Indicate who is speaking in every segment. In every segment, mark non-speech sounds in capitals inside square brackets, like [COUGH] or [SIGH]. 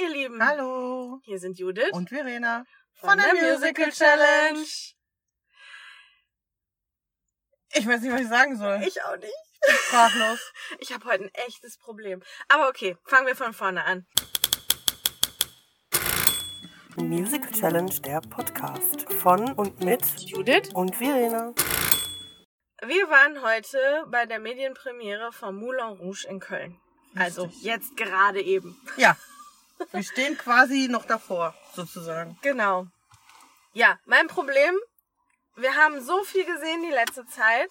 Speaker 1: ihr Lieben.
Speaker 2: Hallo.
Speaker 1: Hier sind Judith
Speaker 2: Und Verena.
Speaker 1: von, der, Musical Challenge.
Speaker 2: Ich weiß nicht, was ich sagen soll.
Speaker 1: Ich auch nicht.
Speaker 2: Sprachlos.
Speaker 1: Ich habe heute ein echtes Problem. Aber okay, fangen wir von vorne an.
Speaker 3: Musical Challenge, der Podcast von und mit
Speaker 1: Judith?
Speaker 3: und Verena.
Speaker 1: Wir waren heute bei der Medienpremiere von Moulin Rouge in Köln. Also
Speaker 2: Richtig.
Speaker 1: jetzt gerade eben.
Speaker 2: Ja. Wir stehen quasi noch davor, sozusagen.
Speaker 1: Genau. Ja, mein Problem, wir haben so viel gesehen die letzte Zeit.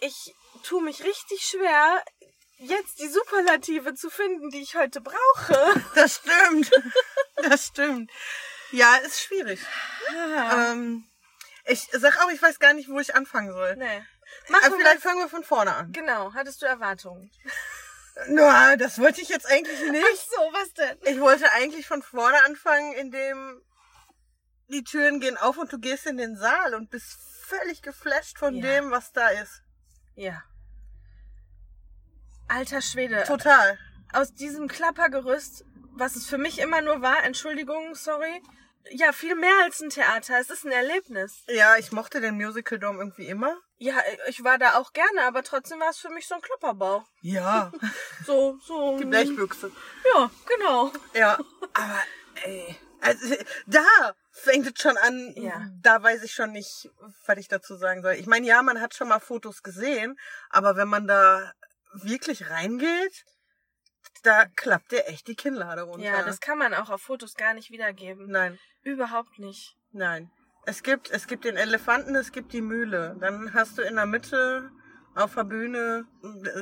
Speaker 1: Ich tue mich richtig schwer, jetzt die Superlative zu finden, die ich heute brauche. [LAUGHS]
Speaker 2: Das stimmt. [LAUGHS] Das stimmt. Ja, ist schwierig. Ähm, ich sag auch, ich weiß gar nicht, wo ich anfangen soll.
Speaker 1: nee.
Speaker 2: Aber
Speaker 1: Machen wir
Speaker 2: vielleicht fangen wir von vorne an.
Speaker 1: Genau, hattest du Erwartungen?
Speaker 2: Na, das wollte ich jetzt eigentlich nicht.
Speaker 1: Ach so, was denn?
Speaker 2: Ich wollte eigentlich von vorne anfangen, indem die Türen gehen auf und du gehst in den Saal und bist völlig geflasht von
Speaker 1: Ja.
Speaker 2: dem, was da ist.
Speaker 1: Ja. Alter Schwede,
Speaker 2: Total.
Speaker 1: aus diesem Klappergerüst, was es für mich immer nur war, Entschuldigung, sorry, ja, viel mehr als ein Theater. Es ist ein Erlebnis.
Speaker 2: Ja, ich mochte den Musical Dome irgendwie immer.
Speaker 1: Ja, äh, ich war da auch gerne, aber trotzdem war es für mich so ein Klopperbau.
Speaker 2: Ja.
Speaker 1: So, so.
Speaker 2: Die [LAUGHS] Blechbüchse.
Speaker 1: Ja, genau.
Speaker 2: Ja. Aber, ey. Also, da fängt es schon an.
Speaker 1: Ja.
Speaker 2: Da weiß ich schon nicht, was ich dazu sagen soll. Ich meine, ja, man hat schon mal Fotos gesehen, aber wenn man da wirklich reingeht, da klappt dir echt die Kinnlade runter.
Speaker 1: Ja, das kann man auch auf Fotos gar nicht wiedergeben.
Speaker 2: Nein.
Speaker 1: Überhaupt nicht.
Speaker 2: Nein. Es gibt, es gibt den Elefanten, es gibt die Mühle. Dann hast du in der Mitte auf der Bühne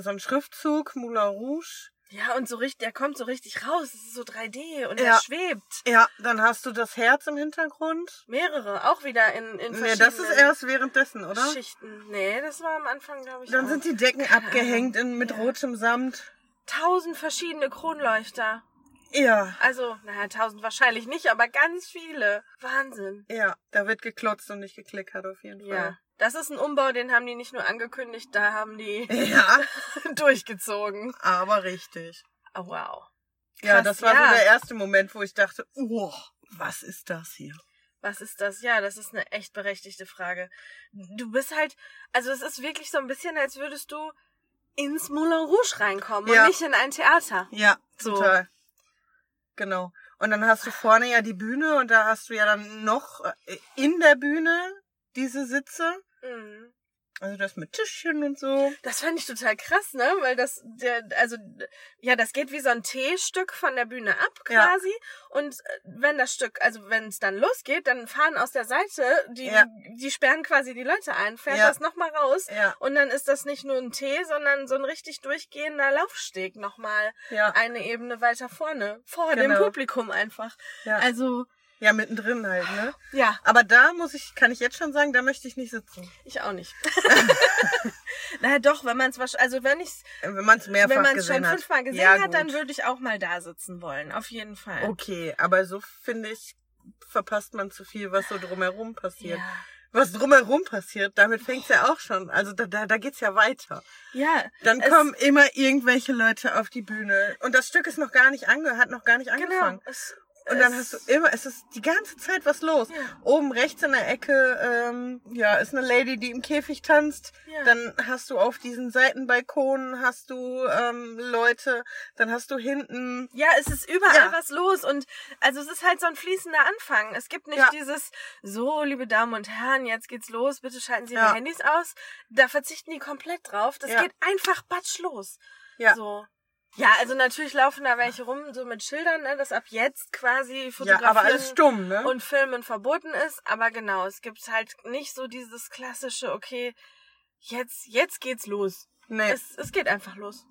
Speaker 2: so einen Schriftzug, Moulin Rouge.
Speaker 1: Ja, und so richtig, der kommt so richtig raus. Es ist so 3D und
Speaker 2: Ja.
Speaker 1: er schwebt.
Speaker 2: Ja, dann hast du das Herz im Hintergrund.
Speaker 1: Mehrere, auch wieder in, in verschiedenen
Speaker 2: Nee, das ist erst währenddessen, oder?
Speaker 1: Schichten. Nee, das war am Anfang, glaube ich.
Speaker 2: Dann
Speaker 1: auch.
Speaker 2: sind die Decken abgehängt in, mit rotem Samt.
Speaker 1: tausend verschiedene Kronleuchter.
Speaker 2: Ja,
Speaker 1: Also, naja, tausend wahrscheinlich nicht, aber ganz viele. Wahnsinn.
Speaker 2: ja, da wird geklotzt und nicht geklickert auf jeden
Speaker 1: Ja.
Speaker 2: Fall.
Speaker 1: Das ist ein Umbau, den haben die nicht nur angekündigt, da haben die [LAUGHS]
Speaker 2: Ja,
Speaker 1: durchgezogen.
Speaker 2: aber richtig.
Speaker 1: Oh, wow.
Speaker 2: ja,
Speaker 1: Krass,
Speaker 2: das war
Speaker 1: ja.
Speaker 2: so der erste Moment, wo ich dachte, oh, was ist das hier?
Speaker 1: Was ist das? Ja, das ist eine echt berechtigte Frage. Du bist halt, also es ist wirklich so ein bisschen, als würdest du ins Moulin Rouge reinkommen
Speaker 2: Ja.
Speaker 1: und nicht in ein Theater.
Speaker 2: Ja,
Speaker 1: So.
Speaker 2: total. Genau. Und dann hast du vorne ja die Bühne und da hast du ja dann noch äh, in der Bühne diese Sitze.
Speaker 1: Mhm.
Speaker 2: Also das mit Tischchen und so.
Speaker 1: Das fand ich total krass, ne? Weil das, der, also, ja, das geht wie so ein T-Stück von der Bühne ab
Speaker 2: Ja.
Speaker 1: quasi. Und äh, wenn das Stück, also wenn es dann losgeht, dann fahren aus der Seite, die,
Speaker 2: Ja.
Speaker 1: die sperren quasi die Leute ein, fährt
Speaker 2: Ja.
Speaker 1: das nochmal raus.
Speaker 2: Ja,
Speaker 1: Und dann ist das nicht nur ein T, sondern so ein richtig durchgehender Laufsteg nochmal
Speaker 2: ja,
Speaker 1: eine Ebene weiter vorne. Vor dem
Speaker 2: Genau.
Speaker 1: Publikum einfach.
Speaker 2: ja.
Speaker 1: Also,
Speaker 2: Ja, mittendrin halt, ne?
Speaker 1: ja,
Speaker 2: Aber da muss ich, kann ich jetzt schon sagen, da möchte ich nicht sitzen.
Speaker 1: ich auch
Speaker 2: [LAUGHS]
Speaker 1: nicht. naja, doch, wenn man es wahrscheinlich, also wenn ich's,
Speaker 2: Äh, Wenn man es mehrfach
Speaker 1: wenn man es
Speaker 2: gesehen
Speaker 1: schon
Speaker 2: hat.
Speaker 1: fünfmal gesehen
Speaker 2: Ja,
Speaker 1: hat, dann
Speaker 2: gut.
Speaker 1: würde ich auch mal da sitzen wollen, auf jeden Fall.
Speaker 2: Okay, aber so finde ich, verpasst man zu viel, was so drumherum passiert.
Speaker 1: Ja.
Speaker 2: Was drumherum passiert, damit fängt's ja auch schon. Also da, da, da geht's ja weiter.
Speaker 1: ja,
Speaker 2: Dann
Speaker 1: Es-
Speaker 2: kommen immer irgendwelche Leute auf die Bühne. Und das Stück ist noch gar nicht ange hat noch gar nicht
Speaker 1: genau.
Speaker 2: angefangen.
Speaker 1: Es,
Speaker 2: Und dann
Speaker 1: es-
Speaker 2: hast du immer, es ist die ganze Zeit was los.
Speaker 1: Ja.
Speaker 2: Oben rechts in der Ecke, ähm, ja, ist eine Lady, die im Käfig tanzt.
Speaker 1: Ja.
Speaker 2: Dann hast du auf diesen Seitenbalkonen hast du ähm, Leute. Dann hast du hinten,
Speaker 1: Ja, es ist überall
Speaker 2: Ja.
Speaker 1: was los und also es ist halt so ein fließender Anfang. Es gibt nicht
Speaker 2: Ja.
Speaker 1: dieses so, liebe Damen und Herren, jetzt geht's los, bitte schalten Sie
Speaker 2: Ja.
Speaker 1: Ihre Handys aus. Da verzichten die komplett drauf. Das
Speaker 2: Ja.
Speaker 1: geht einfach batsch los.
Speaker 2: ja,
Speaker 1: So. Ja, also natürlich laufen da welche rum, so mit Schildern, ne, dass ab jetzt quasi
Speaker 2: ja,
Speaker 1: Fotografieren
Speaker 2: aber alles stumm, ne?
Speaker 1: und Filmen verboten ist. Aber genau, es gibt halt nicht so dieses klassische, okay, jetzt, jetzt geht's los.
Speaker 2: nee,
Speaker 1: Es, es geht einfach los.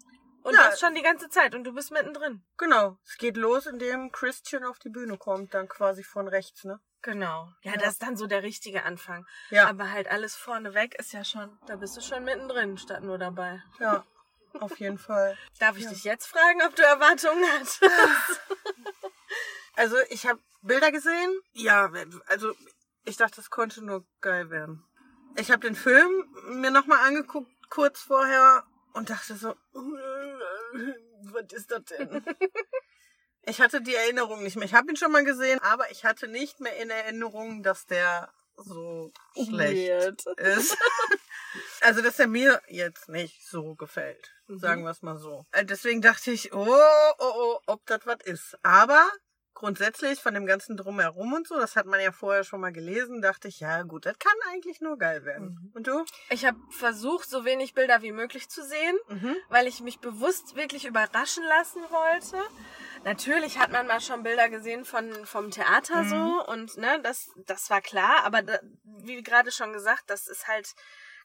Speaker 1: Und
Speaker 2: Ja.
Speaker 1: das schon die ganze Zeit und du bist mittendrin.
Speaker 2: genau. Es geht los, indem Christian auf die Bühne kommt, dann quasi von rechts, ne?
Speaker 1: Genau. Ja,
Speaker 2: Ja.
Speaker 1: das ist dann so der richtige Anfang.
Speaker 2: Ja,
Speaker 1: Aber halt alles vorneweg ist ja schon, da bist du schon mittendrin, statt nur dabei.
Speaker 2: ja, auf jeden Fall.
Speaker 1: Darf ich
Speaker 2: Ja.
Speaker 1: dich jetzt fragen, ob du Erwartungen hast?
Speaker 2: Also ich habe Bilder gesehen. Ja, also ich dachte, das konnte nur geil werden. Ich habe den Film mir nochmal angeguckt kurz äh, vorher und dachte so, was ist das denn? Ich hatte die Erinnerung nicht mehr. Ich habe ihn schon mal gesehen, aber ich hatte nicht mehr in Erinnerung, dass der so [LAUGHS] schlecht
Speaker 1: Weird.
Speaker 2: ist. [LAUGHS] Also, dass er mir jetzt nicht so gefällt.
Speaker 1: Mhm.
Speaker 2: Sagen wir es mal so. Äh, Deswegen dachte ich, oh, oh, oh, ob das was ist. Aber grundsätzlich von dem ganzen Drumherum und so, das hat man ja vorher schon mal gelesen, dachte ich, ja gut, das kann eigentlich nur geil werden.
Speaker 1: Mhm.
Speaker 2: Und du?
Speaker 1: Ich habe versucht, so wenig Bilder wie möglich zu sehen,
Speaker 2: Mhm.
Speaker 1: weil ich mich bewusst wirklich überraschen lassen wollte. Natürlich hat man mal schon Bilder gesehen von vom
Speaker 2: Mhm.
Speaker 1: Theater so und ne, das das war klar, aber da, wie gerade schon gesagt, das ist halt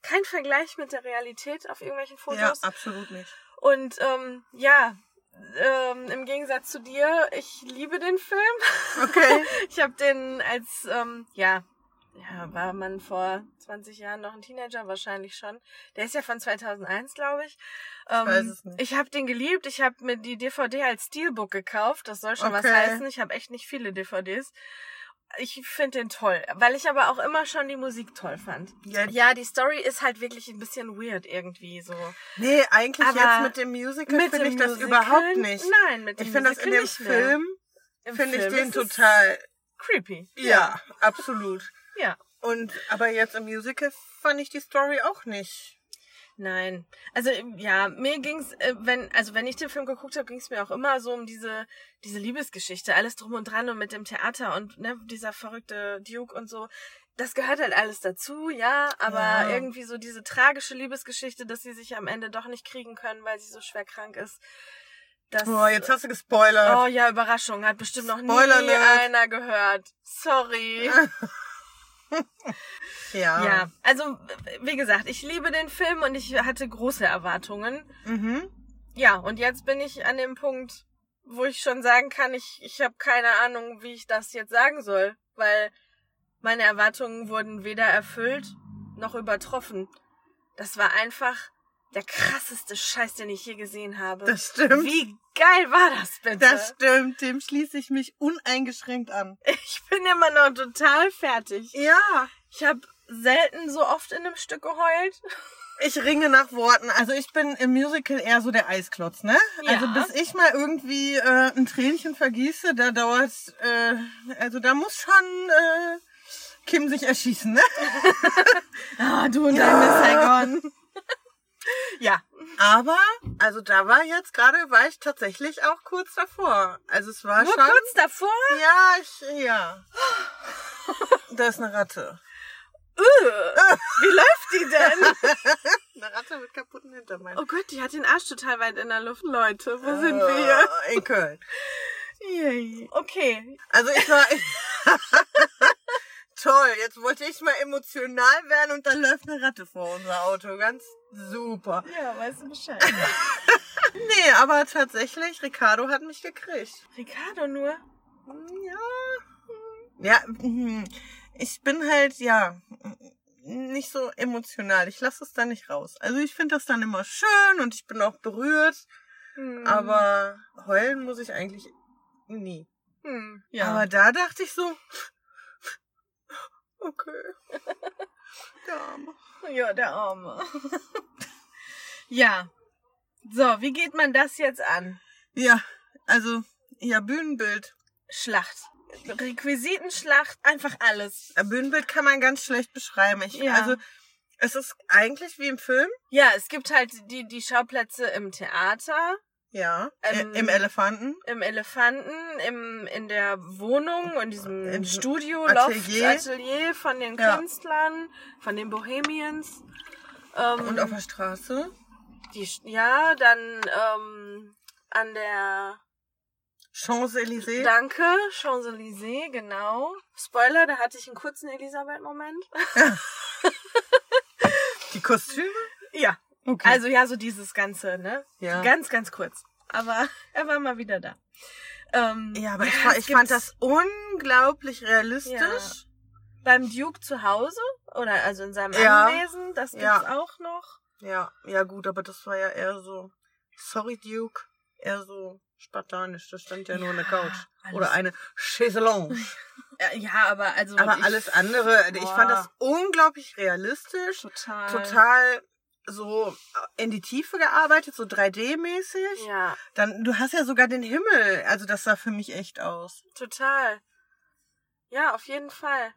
Speaker 1: kein Vergleich mit der Realität auf irgendwelchen
Speaker 2: Ja,
Speaker 1: Fotos.
Speaker 2: absolut nicht.
Speaker 1: Und ähm, ja, ähm, im Gegensatz zu dir, ich liebe den Film. [LAUGHS]
Speaker 2: Okay.
Speaker 1: Ich habe den als, ähm, ja, ja, war man vor 20 Jahren noch ein Teenager, wahrscheinlich schon. Der ist ja von 2001, glaube ich. Ähm,
Speaker 2: weiß es nicht.
Speaker 1: Ich habe den geliebt. Ich habe mir die DVD als Steelbook gekauft. Das soll schon was
Speaker 2: Okay.
Speaker 1: heißen. Ich habe echt nicht viele DVDs. Ich finde den toll, weil ich aber auch immer schon die Musik toll fand.
Speaker 2: [LAUGHS] Ja.
Speaker 1: Ja, die Story ist halt wirklich ein bisschen weird irgendwie so.
Speaker 2: Nee, eigentlich
Speaker 1: Aber
Speaker 2: jetzt mit dem Musical
Speaker 1: Mit
Speaker 2: finde
Speaker 1: dem
Speaker 2: ich das
Speaker 1: Musical?
Speaker 2: überhaupt nicht.
Speaker 1: Nein, mit dem
Speaker 2: ich finde das
Speaker 1: Musical
Speaker 2: in dem
Speaker 1: nicht mehr.
Speaker 2: Film,
Speaker 1: Im
Speaker 2: finde ich
Speaker 1: Film
Speaker 2: den
Speaker 1: ist es [LAUGHS]
Speaker 2: total,
Speaker 1: creepy.
Speaker 2: ja, absolut.
Speaker 1: Ja.
Speaker 2: Und, aber jetzt im Musical fand ich die Story auch nicht.
Speaker 1: Nein. Also ja, mir ging's, äh, wenn, also wenn ich den Film geguckt habe, ging's mir auch immer so um diese, diese Liebesgeschichte, alles drum und dran und mit dem Theater und ne, dieser verrückte Duke und so. Das gehört halt alles dazu, ja, aber
Speaker 2: Ja.
Speaker 1: irgendwie so diese tragische Liebesgeschichte, dass sie sich am Ende doch nicht kriegen können, weil sie so schwer krank ist. Das,
Speaker 2: Oh, jetzt hast du gespoilert.
Speaker 1: Oh ja, Überraschung. Hat bestimmt noch nie
Speaker 2: Spoiler alert.
Speaker 1: einer gehört. Sorry.
Speaker 2: ja.
Speaker 1: Oh, Ja, also wie gesagt, ich liebe den Film und ich hatte große Erwartungen.
Speaker 2: Mhm.
Speaker 1: Ja, und jetzt bin ich an dem Punkt, wo ich schon sagen kann, ich, ich habe keine Ahnung, wie ich das jetzt sagen soll, weil meine Erwartungen wurden weder erfüllt noch übertroffen. Das war einfach der krasseste Scheiß, den ich je gesehen habe.
Speaker 2: Das stimmt.
Speaker 1: Wie geil war das bitte?
Speaker 2: Das stimmt, dem schließe ich mich uneingeschränkt an.
Speaker 1: ich bin immer noch total fertig.
Speaker 2: Ja.
Speaker 1: Ich habe selten so oft in einem Stück geheult.
Speaker 2: Ich ringe nach Worten. Also ich bin im Musical eher so der Eisklotz, ne?
Speaker 1: Ja.
Speaker 2: Also bis ich mal irgendwie äh, ein Tränchen vergieße, da dauert, äh, also da muss schon äh, Kim sich erschießen, ne?
Speaker 1: [LAUGHS] Ah, du und dein Miss Saigon. Ja,
Speaker 2: Aber, also da war jetzt gerade, war ich tatsächlich auch kurz davor. Also es war
Speaker 1: nur
Speaker 2: schon.
Speaker 1: kurz davor.
Speaker 2: Ja, ich, ja. [LAUGHS] da ist eine Ratte.
Speaker 1: Wie läuft die denn?
Speaker 2: Eine Ratte mit kaputten Hinterbeinen.
Speaker 1: [LAUGHS] Oh Gott, die hat den Arsch total weit in der Luft. Leute, wo sind wir hier?
Speaker 2: Äh, In Köln.
Speaker 1: Yay. Okay.
Speaker 2: Also ich war. [LAUGHS] Toll, jetzt wollte ich mal emotional werden und dann läuft eine Ratte vor unser Auto. Ganz super.
Speaker 1: Ja, weißt du Bescheid.
Speaker 2: Nee, aber tatsächlich, Ricardo hat mich gekriegt.
Speaker 1: Ricardo nur.
Speaker 2: Ja. Ja, mhm. ich bin halt, ja, nicht so emotional. Ich lasse es da nicht raus. Also ich finde das dann immer schön und ich bin auch berührt,
Speaker 1: Hm.
Speaker 2: aber heulen muss ich eigentlich nie.
Speaker 1: Hm.
Speaker 2: Aber da dachte ich so, [LAUGHS] okay. Der Arme.
Speaker 1: Ja, der Arme. [LAUGHS] ja. So, wie geht man das jetzt an?
Speaker 2: Ja, also, ja, Bühnenbild.
Speaker 1: Schlacht. Requisitenschlacht, einfach alles.
Speaker 2: Ein Bühnenbild kann man ganz schlecht beschreiben. Ich,
Speaker 1: Ja.
Speaker 2: Also, es ist eigentlich wie im Film.
Speaker 1: Ja, es gibt halt die, die Schauplätze im Theater,
Speaker 2: Ja. äh,
Speaker 1: Ähm,
Speaker 2: Im Elefanten.
Speaker 1: im Elefanten, im, in der Wohnung, in diesem
Speaker 2: Im
Speaker 1: Studio,
Speaker 2: Atelier.
Speaker 1: Loft, Atelier von den
Speaker 2: Ja.
Speaker 1: Künstlern, von den Bohemians. Ähm,
Speaker 2: Und auf der Straße.
Speaker 1: die, Sch- ja, dann ähm, an der
Speaker 2: Champs-Élysées.
Speaker 1: Danke, Champs-Élysées, genau. Spoiler, da hatte ich einen kurzen Elisabeth-Moment.
Speaker 2: Die Kostüme?
Speaker 1: Ja. [LAUGHS]
Speaker 2: Okay.
Speaker 1: Also ja, so dieses Ganze, ne?
Speaker 2: Ja.
Speaker 1: Ganz, ganz kurz. Aber [LAUGHS] er war mal wieder da. Ähm,
Speaker 2: ja, aber ich, fa-
Speaker 1: es
Speaker 2: ich fand
Speaker 1: gibt's-
Speaker 2: das unglaublich realistisch.
Speaker 1: beim Duke zu Hause oder also in seinem
Speaker 2: Ja.
Speaker 1: Anwesen, das gibt's
Speaker 2: Ja.
Speaker 1: auch noch.
Speaker 2: Ja. ja, gut, aber das war ja eher so, sorry Duke, eher so spartanisch. Da stand ja, nur eine
Speaker 1: Ja,
Speaker 2: Couch.
Speaker 1: alles-
Speaker 2: Oder eine [LAUGHS] Chaiselange.
Speaker 1: Ja, Ja, aber also
Speaker 2: aber
Speaker 1: ich-
Speaker 2: alles andere, ich
Speaker 1: Boah.
Speaker 2: fand das unglaublich realistisch.
Speaker 1: total.
Speaker 2: Total so in die Tiefe gearbeitet, so 3D-mäßig.
Speaker 1: Ja,
Speaker 2: Dann, du hast ja sogar den Himmel. Also das sah für mich echt aus.
Speaker 1: total. Ja, auf jeden Fall.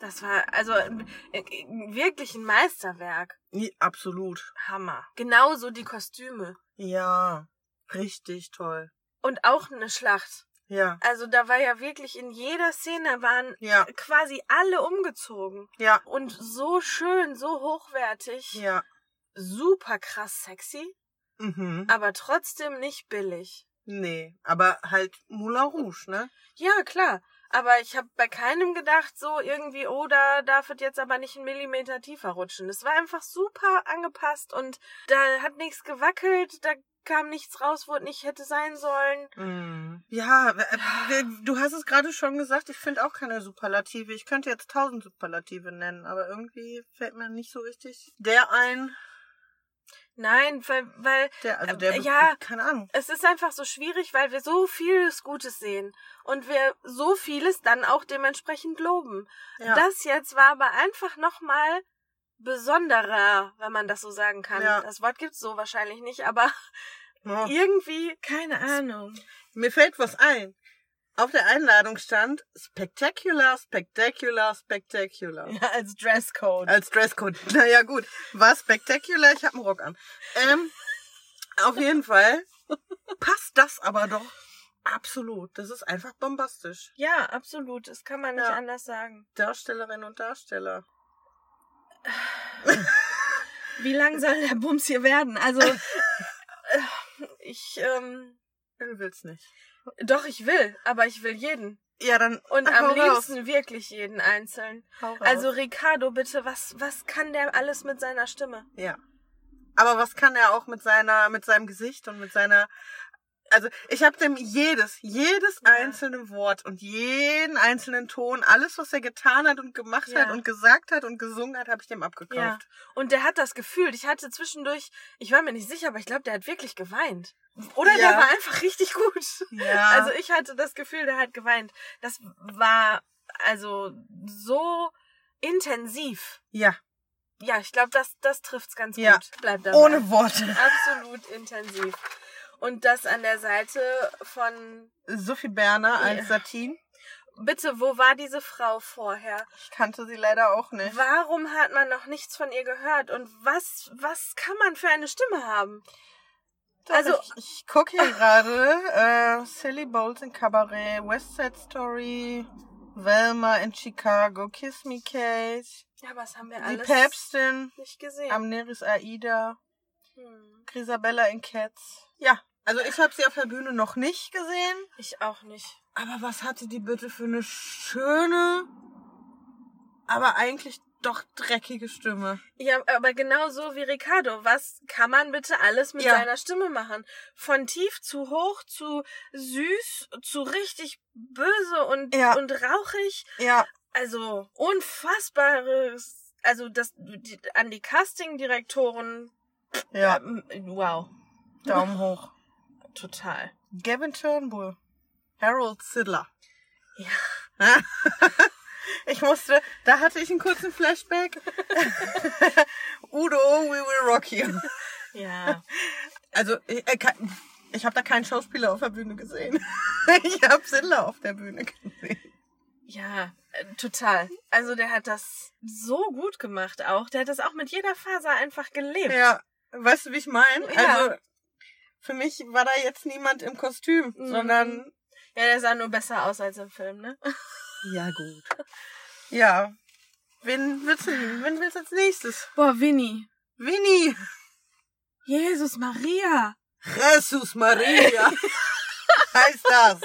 Speaker 1: Das war also ein- ein- wirklich ein Meisterwerk.
Speaker 2: I- Absolut.
Speaker 1: Hammer. Genauso die Kostüme.
Speaker 2: Ja, richtig toll.
Speaker 1: Und auch eine Schlacht.
Speaker 2: Ja,
Speaker 1: Also da war ja wirklich in jeder Szene waren
Speaker 2: ja,
Speaker 1: quasi alle umgezogen.
Speaker 2: ja,
Speaker 1: Und so schön, so hochwertig.
Speaker 2: ja.
Speaker 1: Super krass sexy,
Speaker 2: Mhm.
Speaker 1: aber trotzdem nicht billig.
Speaker 2: Nee, aber halt Moulin Rouge, ne?
Speaker 1: Ja, klar. Aber ich habe bei keinem gedacht, so irgendwie, oh, da darf es jetzt aber nicht einen Millimeter tiefer rutschen. Es war einfach super angepasst und da hat nichts gewackelt, da kam nichts raus, wo es nicht hätte sein sollen. Mhm.
Speaker 2: Ja, äh, du hast es gerade schon gesagt, ich finde auch keine Superlative. Ich könnte jetzt tausend Superlative nennen, aber irgendwie fällt mir nicht so richtig der ein,
Speaker 1: Nein, weil, weil
Speaker 2: der, also
Speaker 1: Ähm,
Speaker 2: der,
Speaker 1: ja.
Speaker 2: keine Ahnung.
Speaker 1: es ist einfach so schwierig, weil wir so vieles Gutes sehen und wir so vieles dann auch dementsprechend loben.
Speaker 2: Ja,
Speaker 1: Das jetzt war aber einfach nochmal besonderer, wenn man das so sagen kann.
Speaker 2: Ja.
Speaker 1: Das Wort gibt's so wahrscheinlich nicht, aber
Speaker 2: ja.
Speaker 1: irgendwie, keine
Speaker 2: [LAUGHS]
Speaker 1: Ahnung.
Speaker 2: Mir fällt was ein. Auf der Einladung stand Spectacular, Spectacular, Spectacular.
Speaker 1: Ja, als Dresscode.
Speaker 2: Als Dresscode. [LAUGHS] Naja, gut. War Spectacular, ich habe einen Rock an. Ähm, auf jeden Fall passt das aber doch absolut. Das ist einfach bombastisch.
Speaker 1: Ja, absolut. Das kann man nicht
Speaker 2: Ja.
Speaker 1: anders sagen.
Speaker 2: Darstellerinnen und Darsteller.
Speaker 1: Wie lang soll der Bums hier werden?
Speaker 2: [LAUGHS]
Speaker 1: Also, äh, ich, ähm,
Speaker 2: Du willst nicht.
Speaker 1: doch, ich will, aber ich will jeden.
Speaker 2: Ja, dann.
Speaker 1: Und
Speaker 2: Ach,
Speaker 1: am
Speaker 2: hau raus.
Speaker 1: liebsten wirklich jeden einzeln.
Speaker 2: Hau raus.
Speaker 1: Also, Ricardo, bitte, was, was kann der alles mit seiner Stimme?
Speaker 2: Ja. Aber was kann er auch mit seiner, mit seinem Gesicht und mit seiner. Also ich habe dem jedes, jedes
Speaker 1: Ja.
Speaker 2: einzelne Wort und jeden einzelnen Ton, alles, was er getan hat und gemacht
Speaker 1: Ja.
Speaker 2: hat und gesagt hat und gesungen hat, habe ich dem abgekauft.
Speaker 1: Und der hat das Gefühl, ich hatte zwischendurch, ich war mir nicht sicher, aber ich glaube, der hat wirklich geweint. Oder
Speaker 2: Ja.
Speaker 1: der war einfach richtig gut.
Speaker 2: Ja.
Speaker 1: Also ich hatte das Gefühl, der hat geweint. Das war also so intensiv.
Speaker 2: ja.
Speaker 1: Ja, ich glaube, das, das trifft's ganz
Speaker 2: Ja.
Speaker 1: gut. Bleibt dabei.
Speaker 2: Ohne Worte.
Speaker 1: Absolut intensiv. Und das an der Seite von,
Speaker 2: Sophie Berner als Satin.
Speaker 1: bitte, wo war diese Frau vorher?
Speaker 2: Ich kannte sie leider auch nicht.
Speaker 1: Warum hat man noch nichts von ihr gehört? Und was, was kann man für eine Stimme haben? Also-
Speaker 2: also ich, ich gucke hier gerade äh, Silly Bowles in Cabaret, West Side Story, Velma in Chicago, Kiss Me Kate,
Speaker 1: Ja, aber das haben wir
Speaker 2: Die
Speaker 1: alles
Speaker 2: Päpstin,
Speaker 1: nicht gesehen.
Speaker 2: Amneris Aida,
Speaker 1: Hm.
Speaker 2: Grisabella in Cats. Ja, also ich habe sie auf der Bühne noch nicht gesehen.
Speaker 1: Ich auch nicht.
Speaker 2: Aber was hatte die bitte für eine schöne, aber eigentlich doch dreckige Stimme.
Speaker 1: Ja, aber genauso wie Ricardo. Was kann man bitte alles mit
Speaker 2: Ja.
Speaker 1: seiner Stimme machen? Von tief zu hoch zu süß zu richtig böse und,
Speaker 2: Ja.
Speaker 1: und rauchig.
Speaker 2: Ja,
Speaker 1: Also unfassbares. Also das die, an die Casting-Direktoren.
Speaker 2: ja,
Speaker 1: ähm, Wow.
Speaker 2: Daumen hoch.
Speaker 1: Total.
Speaker 2: Gavin Turnbull, Harold Sidler.
Speaker 1: Ja.
Speaker 2: [LAUGHS] Ich musste, da hatte ich einen kurzen Flashback. [LAUGHS] Udo, we will rock you.
Speaker 1: Ja. [LAUGHS]
Speaker 2: Also, ich, äh, kein- ich habe da keinen Schauspieler auf der Bühne gesehen. [LAUGHS] Ich habe Sindler auf der Bühne gesehen.
Speaker 1: Ja, äh, total. Also der hat das so gut gemacht auch. Der hat das auch mit jeder Faser einfach gelebt.
Speaker 2: Ja, weißt du, wie ich meine?
Speaker 1: Ja.
Speaker 2: Also, für mich war da jetzt niemand im Kostüm,
Speaker 1: Mhm.
Speaker 2: sondern...
Speaker 1: Ja, der sah nur besser aus als im Film, ne?
Speaker 2: Ja, gut. Ja. Wen willst du, wen willst du als nächstes?
Speaker 1: Boah, Winnie.
Speaker 2: Winnie!
Speaker 1: Jesus Maria.
Speaker 2: Jesus [LAUGHS] Maria heißt das.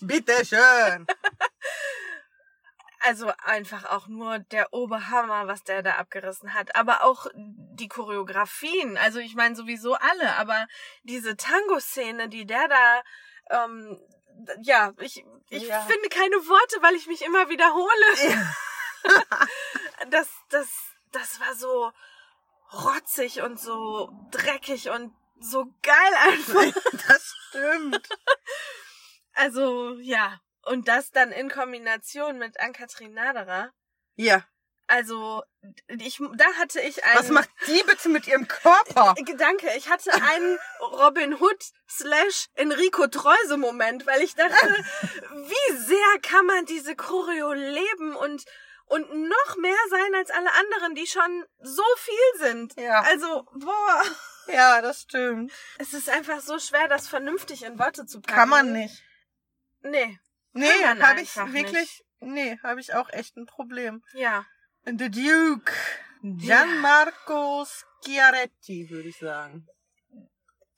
Speaker 2: Bitte [LAUGHS] schön.
Speaker 1: Also einfach auch nur der Oberhammer, was der da abgerissen hat. Aber auch die Choreografien. Also ich meine sowieso alle, aber diese Tango-Szene, die der da. Ähm, d- ja, ich, ich
Speaker 2: Ja.
Speaker 1: finde keine Worte, weil ich mich immer wiederhole. [LAUGHS] Das, das, das war so rotzig und so dreckig und so geil einfach.
Speaker 2: Das stimmt.
Speaker 1: Also, ja. Und das dann in Kombination mit Ann-Kathrin Naderer.
Speaker 2: Ja,
Speaker 1: Also, ich, da hatte ich einen.
Speaker 2: Was macht die bitte mit ihrem Körper?
Speaker 1: Gedanke, ich hatte einen Robin Hood slash Enrico Treuse Moment, weil ich
Speaker 2: [LAUGHS]
Speaker 1: dachte, wie sehr kann man diese Choreo leben und, und noch mehr sein als alle anderen, die schon so viel sind.
Speaker 2: Ja.
Speaker 1: Also, boah,
Speaker 2: Ja, das stimmt.
Speaker 1: es ist einfach so schwer, das vernünftig in Worte zu packen.
Speaker 2: Kann man nicht.
Speaker 1: Nee.
Speaker 2: Nee,
Speaker 1: man
Speaker 2: habe ich
Speaker 1: einfach
Speaker 2: wirklich. Nee, habe ich auch echt ein Problem.
Speaker 1: Ja.
Speaker 2: The Duke. Gianmarco Schiaretti, würde ich sagen.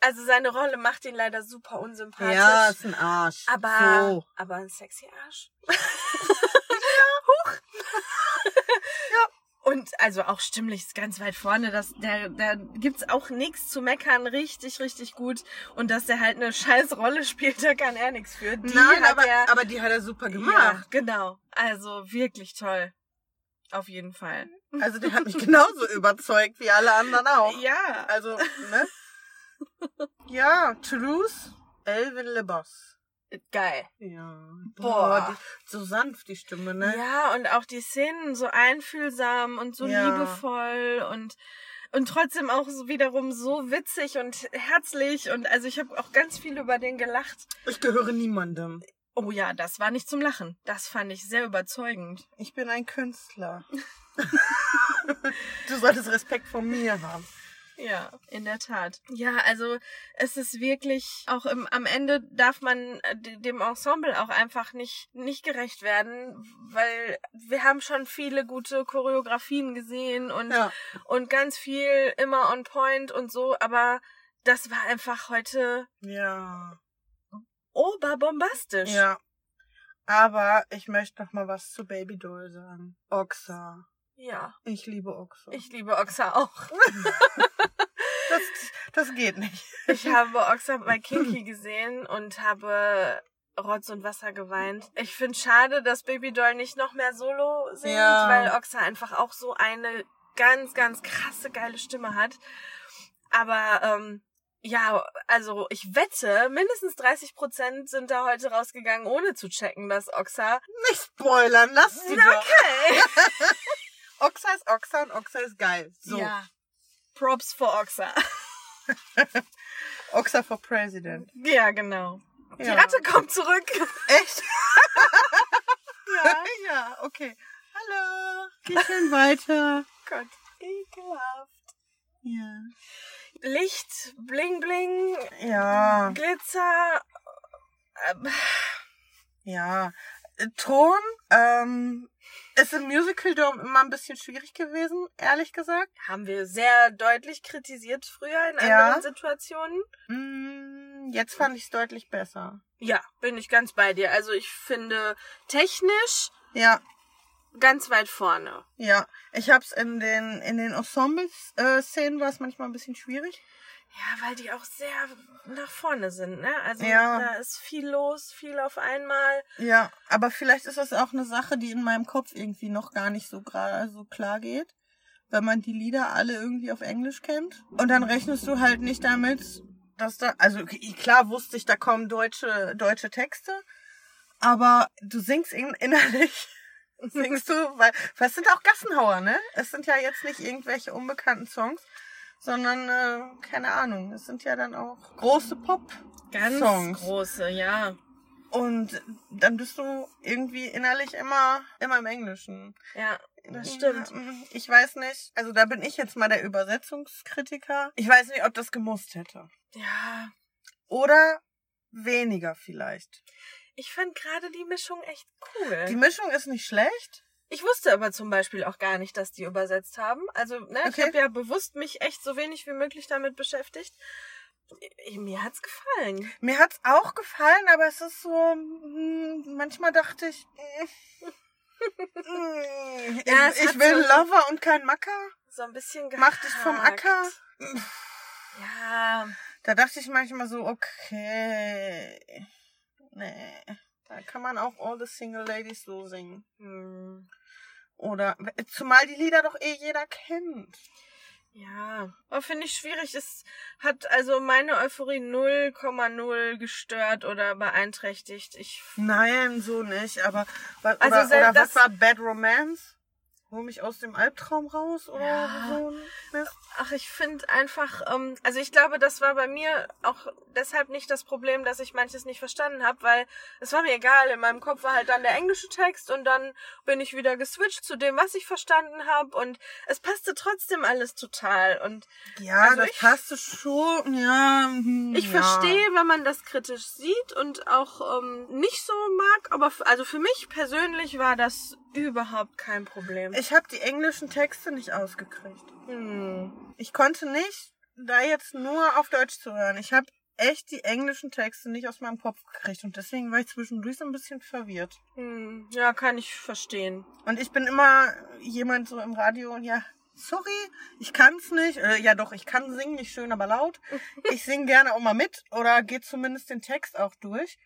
Speaker 1: Also seine Rolle macht ihn leider super unsympathisch.
Speaker 2: Ja, ist ein Arsch.
Speaker 1: aber,
Speaker 2: So.
Speaker 1: aber ein sexy Arsch. [LAUGHS] Huch. ja. Und also auch stimmlich ist ganz weit vorne, dass der, da gibt's auch nichts zu meckern, richtig, richtig gut. Und dass der halt eine scheiß Rolle spielt, da kann er nichts für. Die
Speaker 2: Nein,
Speaker 1: hat
Speaker 2: aber,
Speaker 1: er
Speaker 2: aber die hat er super
Speaker 1: ja,
Speaker 2: gemacht.
Speaker 1: genau. Also wirklich toll. Auf jeden Fall.
Speaker 2: Also die hat mich [LAUGHS] genauso überzeugt wie alle anderen auch.
Speaker 1: Ja.
Speaker 2: Also, [LAUGHS] ne? ja, Toulouse, Elvin Le Boss.
Speaker 1: Geil.
Speaker 2: Ja.
Speaker 1: Boah.
Speaker 2: die, so sanft die Stimme, ne?
Speaker 1: Ja, und auch die Szenen so einfühlsam und so
Speaker 2: Ja.
Speaker 1: liebevoll und und trotzdem auch so wiederum so witzig und herzlich und also ich habe auch ganz viel über den gelacht.
Speaker 2: Ich gehöre niemandem.
Speaker 1: Oh ja, das war nicht zum Lachen. Das fand ich sehr überzeugend.
Speaker 2: Ich bin ein Künstler. [LAUGHS] du solltest Respekt vor mir haben.
Speaker 1: Ja, in der Tat. Ja, also es ist wirklich auch im, am Ende darf man äh, de- dem Ensemble auch einfach nicht nicht gerecht werden, weil wir haben schon viele gute Choreografien gesehen und
Speaker 2: Ja.
Speaker 1: und ganz viel immer on point und so, aber das war einfach heute
Speaker 2: Ja.
Speaker 1: oberbombastisch.
Speaker 2: Ja. Aber ich möchte noch mal was zu Baby Doll sagen. Oxa.
Speaker 1: ja.
Speaker 2: Ich liebe Oxa.
Speaker 1: Ich liebe Oxa
Speaker 2: [LAUGHS]
Speaker 1: auch.
Speaker 2: das, das geht nicht.
Speaker 1: Ich habe Oxa bei Kinky gesehen und habe Rotz und Wasser geweint. Ich finde schade, dass Baby Doll nicht noch mehr Solo singt,
Speaker 2: Ja.
Speaker 1: weil Oxa einfach auch so eine ganz, ganz krasse, geile Stimme hat. Aber ähm, ja, also ich wette, mindestens 30 Prozent sind da heute rausgegangen, ohne zu checken, dass Oxa
Speaker 2: Nicht spoilern, lass sie doch.
Speaker 1: Okay.
Speaker 2: Oxa ist Oxa und Oxa ist geil. So.
Speaker 1: Ja. Props for Oxa.
Speaker 2: Oxa for President.
Speaker 1: [LAUGHS] Ja, genau. Die
Speaker 2: Ja. Oh
Speaker 1: Ratte kommt zurück.
Speaker 2: Echt?
Speaker 1: Ja.
Speaker 2: [LAUGHS] ja, okay. Hallo. Geh schön weiter.
Speaker 1: [LAUGHS] Gott. Ekelhaft.
Speaker 2: Ja.
Speaker 1: Licht, Bling Bling,
Speaker 2: Ja.
Speaker 1: Glitzer. ähm,
Speaker 2: Ja. Äh, Ton ähm, ist im Musical Dome immer ein bisschen schwierig gewesen, ehrlich gesagt.
Speaker 1: Haben wir sehr deutlich kritisiert früher in
Speaker 2: Ja.
Speaker 1: anderen Situationen.
Speaker 2: Mm, Jetzt fand ich es deutlich besser.
Speaker 1: Ja, bin ich ganz bei dir. Also ich finde technisch
Speaker 2: Ja,
Speaker 1: ganz weit vorne.
Speaker 2: ja. Ich hab's in den in den Ensemble-Szenen war es manchmal ein bisschen schwierig.
Speaker 1: Ja, weil die auch sehr nach vorne sind, ne? Also
Speaker 2: Ja.
Speaker 1: da ist viel los, viel auf einmal.
Speaker 2: Ja, aber vielleicht ist das auch eine Sache, die in meinem Kopf irgendwie noch gar nicht so gerade so klar geht, wenn man die Lieder alle irgendwie auf Englisch kennt. Und dann rechnest du halt nicht damit, dass da, also okay, klar wusste ich, da kommen deutsche deutsche Texte, aber du singst in, innerlich. [LAUGHS] Singst du, weil, weil es sind auch Gassenhauer, ne? Es sind ja jetzt nicht irgendwelche unbekannten Songs, sondern, äh, keine Ahnung, es sind ja dann auch große Pop.
Speaker 1: Ganz
Speaker 2: Songs.
Speaker 1: große, ja.
Speaker 2: Und dann bist du irgendwie innerlich immer, immer im Englischen. hm,
Speaker 1: Ja, das stimmt.
Speaker 2: Ich weiß nicht, also da bin ich jetzt mal der Übersetzungskritiker. Ich weiß nicht, ob das gemusst hätte.
Speaker 1: Ja,
Speaker 2: Oder weniger vielleicht.
Speaker 1: ich fand gerade die Mischung echt
Speaker 2: Die
Speaker 1: cool.
Speaker 2: Mischung ist nicht schlecht.
Speaker 1: Ich wusste aber zum Beispiel auch gar nicht, dass die übersetzt haben. Also, ne,
Speaker 2: Okay.
Speaker 1: ich habe ja bewusst mich echt so wenig wie möglich damit beschäftigt. I- Mir hat's gefallen.
Speaker 2: Mir hat's auch gefallen, aber es ist so, hm, manchmal dachte ich, hm, [LAUGHS]
Speaker 1: Ja, es
Speaker 2: ich, ich
Speaker 1: hat
Speaker 2: will
Speaker 1: so-
Speaker 2: Lover und kein Macker.
Speaker 1: So ein bisschen gehakt.
Speaker 2: Mach dich vom Acker.
Speaker 1: Ja,
Speaker 2: Da dachte ich manchmal so, okay. Nee. Da kann man auch All the Single Ladies so singen.
Speaker 1: hm,
Speaker 2: Oder, zumal die Lieder doch eh jeder kennt.
Speaker 1: ja. Aber finde ich schwierig. Es hat also meine Euphorie 0,0 gestört oder beeinträchtigt. Ich
Speaker 2: Nein, so nicht, aber, wa-
Speaker 1: Also
Speaker 2: oder,
Speaker 1: selbst
Speaker 2: oder was
Speaker 1: das-
Speaker 2: war Bad Romance? Hol mich aus dem Albtraum raus oder
Speaker 1: Ja.
Speaker 2: so ein Mist.
Speaker 1: Ach, ich finde einfach, ähm, also ich glaube, das war bei mir auch deshalb nicht das Problem, dass ich manches nicht verstanden habe, weil es war mir egal. In meinem Kopf war halt dann der englische Text und dann bin ich wieder geswitcht zu dem, was ich verstanden habe und es passte trotzdem alles total. Und
Speaker 2: Ja,
Speaker 1: Also
Speaker 2: das
Speaker 1: ich-
Speaker 2: passte schon. Ja, hm,
Speaker 1: ich
Speaker 2: ja.
Speaker 1: verstehe, wenn man das kritisch sieht und auch ähm, nicht so mag, aber f- also für mich persönlich war das überhaupt kein Problem.
Speaker 2: Ich habe die englischen Texte nicht ausgekriegt.
Speaker 1: hm.
Speaker 2: Ich konnte nicht da jetzt nur auf Deutsch zu hören. Ich habe echt die englischen Texte nicht aus meinem Kopf gekriegt und deswegen war ich zwischendurch so ein bisschen verwirrt.
Speaker 1: Hm. Ja, kann ich verstehen.
Speaker 2: Und ich bin immer jemand so im Radio und ja, sorry, ich kann's nicht. Äh, ja doch, ich kann singen, nicht schön,
Speaker 1: [LAUGHS]
Speaker 2: aber laut. Ich sing gerne auch mal mit oder gehe zumindest den Text auch durch,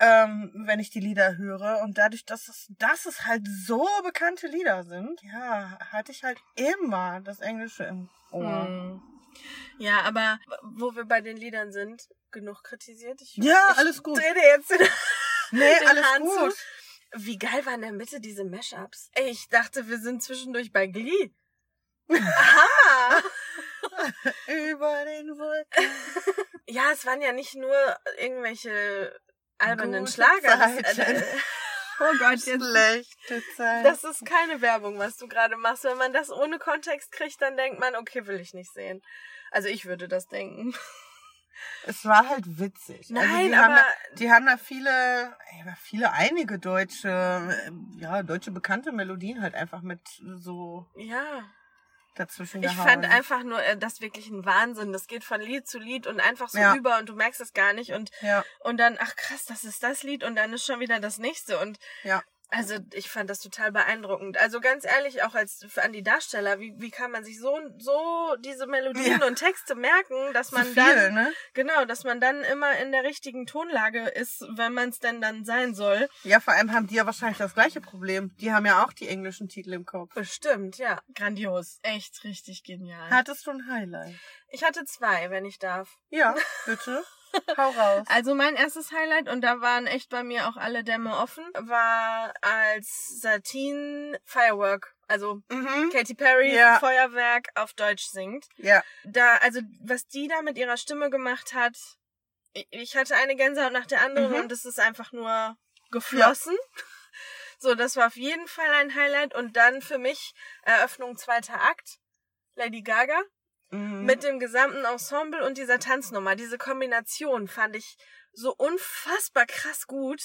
Speaker 2: ähm, wenn ich die Lieder höre. Und dadurch, dass es, dass es halt so bekannte Lieder sind, ja, hatte ich halt immer das Englische im Ohr.
Speaker 1: Hm. Ja, aber wo wir bei den Liedern sind, genug kritisiert. Ich,
Speaker 2: Ja,
Speaker 1: ich
Speaker 2: alles gut.
Speaker 1: Dreh dir jetzt den,
Speaker 2: Nee,
Speaker 1: den
Speaker 2: alles
Speaker 1: Hahn
Speaker 2: gut.
Speaker 1: zu. Wie geil waren in der Mitte diese Mashups? Ey, ich dachte, wir sind zwischendurch bei Glee. Hammer!
Speaker 2: Über den Wolken.
Speaker 1: Ja, es waren ja nicht nur irgendwelche albernen
Speaker 2: Gute
Speaker 1: Schlager. Das, äh, [LAUGHS]
Speaker 2: Zeiten.
Speaker 1: oh Gott,
Speaker 2: Schlechte Zeit.
Speaker 1: Das ist keine Werbung, was du gerade machst. Wenn man das ohne Kontext kriegt, dann denkt man, okay, will ich nicht sehen. Also ich würde das denken.
Speaker 2: es war halt witzig.
Speaker 1: Nein,
Speaker 2: die
Speaker 1: aber-
Speaker 2: Haben da, die haben da viele, ja, viele, einige deutsche, äh, ja, deutsche bekannte Melodien halt einfach mit so
Speaker 1: Ja.
Speaker 2: dazwischen
Speaker 1: Ich
Speaker 2: gehauen.
Speaker 1: fand einfach nur äh, das wirklich ein Wahnsinn. Das geht von Lied zu Lied und einfach so
Speaker 2: Ja.
Speaker 1: über und du merkst es gar nicht. Und,
Speaker 2: Ja,
Speaker 1: und dann, ach krass, das ist das Lied und dann ist schon wieder das nächste. Und
Speaker 2: ja.
Speaker 1: also ich fand das total beeindruckend. Also ganz ehrlich, auch als an die Darsteller, wie, wie kann man sich so, so diese Melodien
Speaker 2: Ja.
Speaker 1: und Texte merken, dass man
Speaker 2: Zu viel,
Speaker 1: dann
Speaker 2: ne?
Speaker 1: genau, dass man dann immer in der richtigen Tonlage ist, wenn man es denn dann sein soll.
Speaker 2: Ja, vor allem haben die ja wahrscheinlich das gleiche Problem. Die haben ja auch die englischen Titel im Kopf.
Speaker 1: Bestimmt, ja. Grandios. Echt richtig genial.
Speaker 2: Hattest du ein Highlight?
Speaker 1: ich hatte zwei, wenn ich darf.
Speaker 2: Ja,
Speaker 1: [LAUGHS]
Speaker 2: bitte. Hau raus.
Speaker 1: Also mein erstes Highlight, und da waren echt bei mir auch alle Dämme offen, war als Satine Firework, also
Speaker 2: Mhm.
Speaker 1: Katy Perry
Speaker 2: Ja.
Speaker 1: Feuerwerk auf Deutsch singt.
Speaker 2: Ja.
Speaker 1: Da, also was die da mit ihrer Stimme gemacht hat, ich- ich hatte eine Gänsehaut nach der anderen
Speaker 2: Mhm.
Speaker 1: und es ist einfach nur geflossen. So, das war auf jeden Fall ein Highlight. Und dann für mich Eröffnung zweiter Akt, Lady Gaga
Speaker 2: Mhm.
Speaker 1: mit dem gesamten Ensemble und dieser Tanznummer, diese Kombination fand ich so unfassbar krass gut,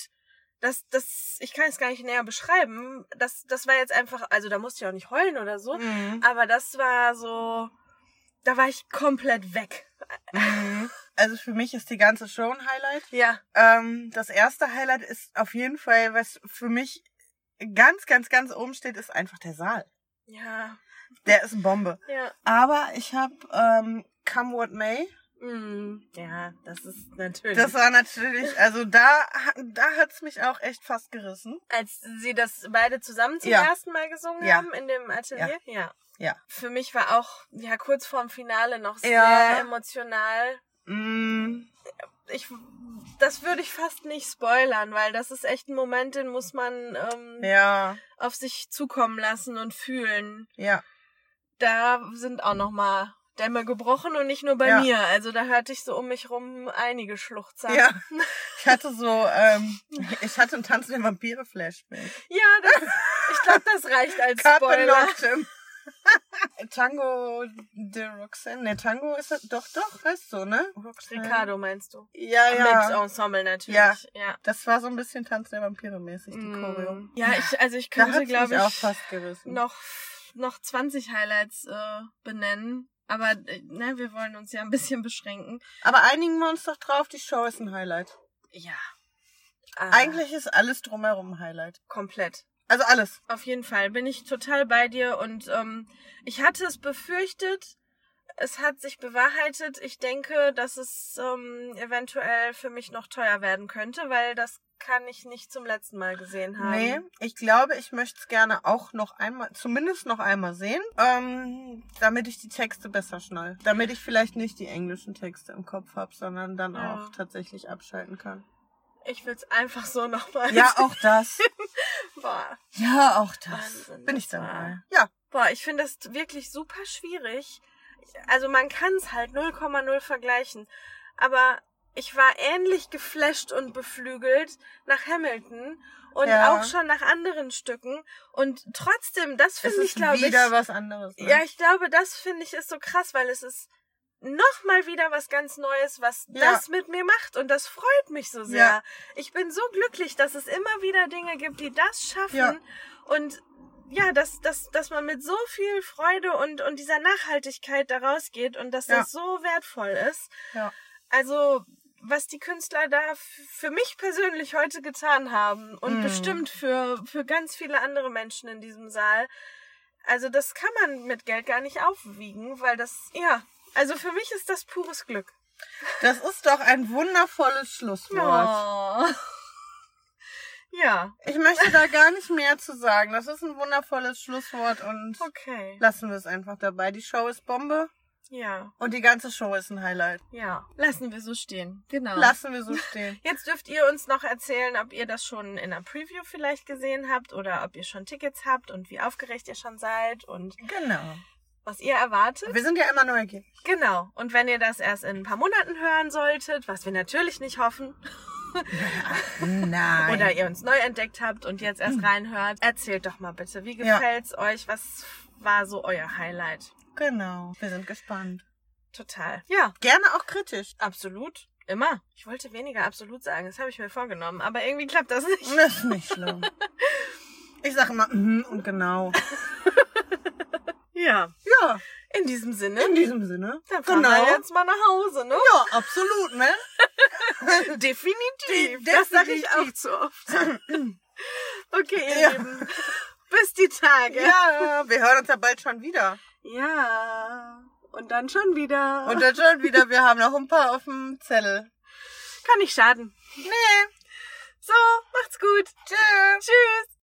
Speaker 1: dass das ich kann es gar nicht näher beschreiben. Das das war jetzt einfach, also da musste ich auch nicht heulen oder so,
Speaker 2: Mhm.
Speaker 1: aber das war so da war ich komplett weg.
Speaker 2: Mhm. Also für mich ist die ganze Show ein Highlight.
Speaker 1: Ja.
Speaker 2: Ähm, das erste Highlight ist auf jeden Fall, was für mich ganz, ganz, ganz oben steht, ist einfach der Saal.
Speaker 1: Ja.
Speaker 2: Der ist eine Bombe.
Speaker 1: Ja.
Speaker 2: Aber ich habe ähm, Come What May.
Speaker 1: Mm. Ja, das ist natürlich.
Speaker 2: Das war natürlich, also da, da hat's mich auch echt fast gerissen.
Speaker 1: als sie das beide zusammen zum
Speaker 2: Ja.
Speaker 1: ersten Mal gesungen
Speaker 2: Ja.
Speaker 1: haben in dem Atelier. Ja.
Speaker 2: Ja.
Speaker 1: Für mich war auch ja kurz vorm Finale noch sehr
Speaker 2: Ja.
Speaker 1: emotional.
Speaker 2: Mm,
Speaker 1: ich, das würde ich fast nicht spoilern, weil das ist echt ein Moment, den muss man ähm,
Speaker 2: ja,
Speaker 1: auf sich zukommen lassen und fühlen.
Speaker 2: ja.
Speaker 1: Da sind auch nochmal Dämme gebrochen und nicht nur bei
Speaker 2: Ja.
Speaker 1: mir. Also da hörte ich so um mich rum einige Schluchzer.
Speaker 2: Ja. Ich hatte so, ähm, ich hatte einen Tanz der Vampire Flashback.
Speaker 1: ja das, ich glaube, das reicht als
Speaker 2: Carpe
Speaker 1: Spoiler.
Speaker 2: Noctem. [LAUGHS] Tango de Roxanne. Ne, Tango ist das, doch, doch, heißt so, ne? Roxanne.
Speaker 1: Ricardo meinst du?
Speaker 2: Ah, Ja,
Speaker 1: Mit
Speaker 2: ja.
Speaker 1: Ensemble natürlich.
Speaker 2: Ja.
Speaker 1: ja.
Speaker 2: Das war so ein bisschen Tanz der Vampire mäßig, die Choreo.
Speaker 1: Mm. ja ich, also ich
Speaker 2: Da hat
Speaker 1: könnte,
Speaker 2: mich
Speaker 1: glaube
Speaker 2: auch
Speaker 1: ich,
Speaker 2: fast gerissen.
Speaker 1: noch, noch 20 Highlights äh, benennen. Aber äh, ne, wir wollen uns ja ein bisschen beschränken.
Speaker 2: Aber einigen wir uns doch drauf, die Show ist ein Highlight.
Speaker 1: Ja. Ah,
Speaker 2: Eigentlich ist alles drumherum ein Highlight.
Speaker 1: komplett.
Speaker 2: Also alles.
Speaker 1: Auf jeden Fall bin ich total bei dir und ähm, ich hatte es befürchtet. Es hat sich bewahrheitet. Ich denke, dass es ähm, eventuell für mich noch teuer werden könnte, weil das kann ich nicht zum letzten Mal gesehen haben.
Speaker 2: Nee, ich glaube, ich möchte es gerne auch noch einmal, zumindest noch einmal sehen, ähm, damit ich die Texte besser schnall. Damit ich vielleicht nicht die englischen Texte im Kopf habe, sondern dann
Speaker 1: Ja. [LAUGHS]
Speaker 2: auch tatsächlich abschalten kann.
Speaker 1: Ich will's einfach so [LAUGHS] nochmal.
Speaker 2: Ja, auch das.
Speaker 1: Boah.
Speaker 2: Ja, auch
Speaker 1: Wahnsinn,
Speaker 2: Bin ich
Speaker 1: das
Speaker 2: dann
Speaker 1: war-
Speaker 2: mal. Ja,
Speaker 1: Boah, ich finde das wirklich super schwierig. Also man kann es halt 0,0 vergleichen. Aber ich war ähnlich geflasht und beflügelt nach Hamilton und
Speaker 2: Ja.
Speaker 1: auch schon nach anderen Stücken. Und trotzdem, das
Speaker 2: es
Speaker 1: finde ich,
Speaker 2: ist
Speaker 1: glaube ich.
Speaker 2: wieder was anderes. Ne?
Speaker 1: Ja, ich glaube, das finde ich ist so krass, weil es ist noch mal wieder was ganz Neues, was
Speaker 2: Ja.
Speaker 1: das mit mir macht und das freut mich so sehr.
Speaker 2: Ja.
Speaker 1: Ich bin so glücklich, dass es immer wieder Dinge gibt, die das schaffen
Speaker 2: Ja.
Speaker 1: und ja, dass, dass, dass man mit so viel Freude und, und dieser Nachhaltigkeit daraus geht und dass
Speaker 2: Ja.
Speaker 1: das so wertvoll ist.
Speaker 2: Ja.
Speaker 1: Also, was die Künstler da f- für mich persönlich heute getan haben und
Speaker 2: Mhm.
Speaker 1: bestimmt für, für ganz viele andere Menschen in diesem Saal, also das kann man mit Geld gar nicht aufwiegen, weil das, ja, also für mich ist das pures Glück.
Speaker 2: Das ist doch ein wundervolles Schlusswort.
Speaker 1: Ja,
Speaker 2: Ich möchte da gar nicht mehr zu sagen. Das ist ein wundervolles Schlusswort und
Speaker 1: okay.
Speaker 2: lassen wir es einfach dabei. Die Show ist Bombe
Speaker 1: Ja,
Speaker 2: und die ganze Show ist ein Highlight.
Speaker 1: ja. Lassen wir so stehen. Genau.
Speaker 2: Lassen wir so
Speaker 1: [LAUGHS]
Speaker 2: stehen.
Speaker 1: Jetzt dürft ihr uns noch erzählen, ob ihr das schon in einer Preview vielleicht gesehen habt oder ob ihr schon Tickets habt und wie aufgeregt ihr schon seid und
Speaker 2: Genau.
Speaker 1: was ihr erwartet.
Speaker 2: Wir sind ja immer neugierig.
Speaker 1: Genau. Und wenn ihr das erst in ein paar Monaten hören solltet, was wir natürlich nicht hoffen,
Speaker 2: Nein. Hm.
Speaker 1: oder ihr uns neu entdeckt habt und jetzt erst reinhört, erzählt doch mal bitte, wie
Speaker 2: Ja.
Speaker 1: gefällt's euch? Was war so euer Highlight?
Speaker 2: genau. Wir sind gespannt.
Speaker 1: Total. Ja,
Speaker 2: Gerne auch kritisch.
Speaker 1: absolut. Immer. Ich wollte weniger absolut sagen, das habe ich mir vorgenommen, aber irgendwie klappt das nicht.
Speaker 2: Das ist nicht schlimm.
Speaker 1: [LAUGHS]
Speaker 2: Ich sage immer mhm und genau.
Speaker 1: Ja.
Speaker 2: Ja,
Speaker 1: In diesem Sinne.
Speaker 2: in diesem Sinne.
Speaker 1: Dann fahren wir jetzt mal nach Hause, ne?
Speaker 2: Ja, absolut, ne?
Speaker 1: [LAUGHS] Definitiv.
Speaker 2: De-
Speaker 1: Das sage ich
Speaker 2: definitiv.
Speaker 1: auch zu
Speaker 2: [CLEARS THROAT]
Speaker 1: oft. Okay, ihr
Speaker 2: Ja.
Speaker 1: Lieben. [LAUGHS] Bis die Tage.
Speaker 2: Ja, wir hören uns ja bald schon wieder.
Speaker 1: Ja. Und dann schon wieder.
Speaker 2: Und dann schon wieder, wir haben noch ein paar auf dem Zettel.
Speaker 1: kann nicht schaden.
Speaker 2: Nee.
Speaker 1: So, macht's gut.
Speaker 2: Tschüss.
Speaker 1: Tschüss.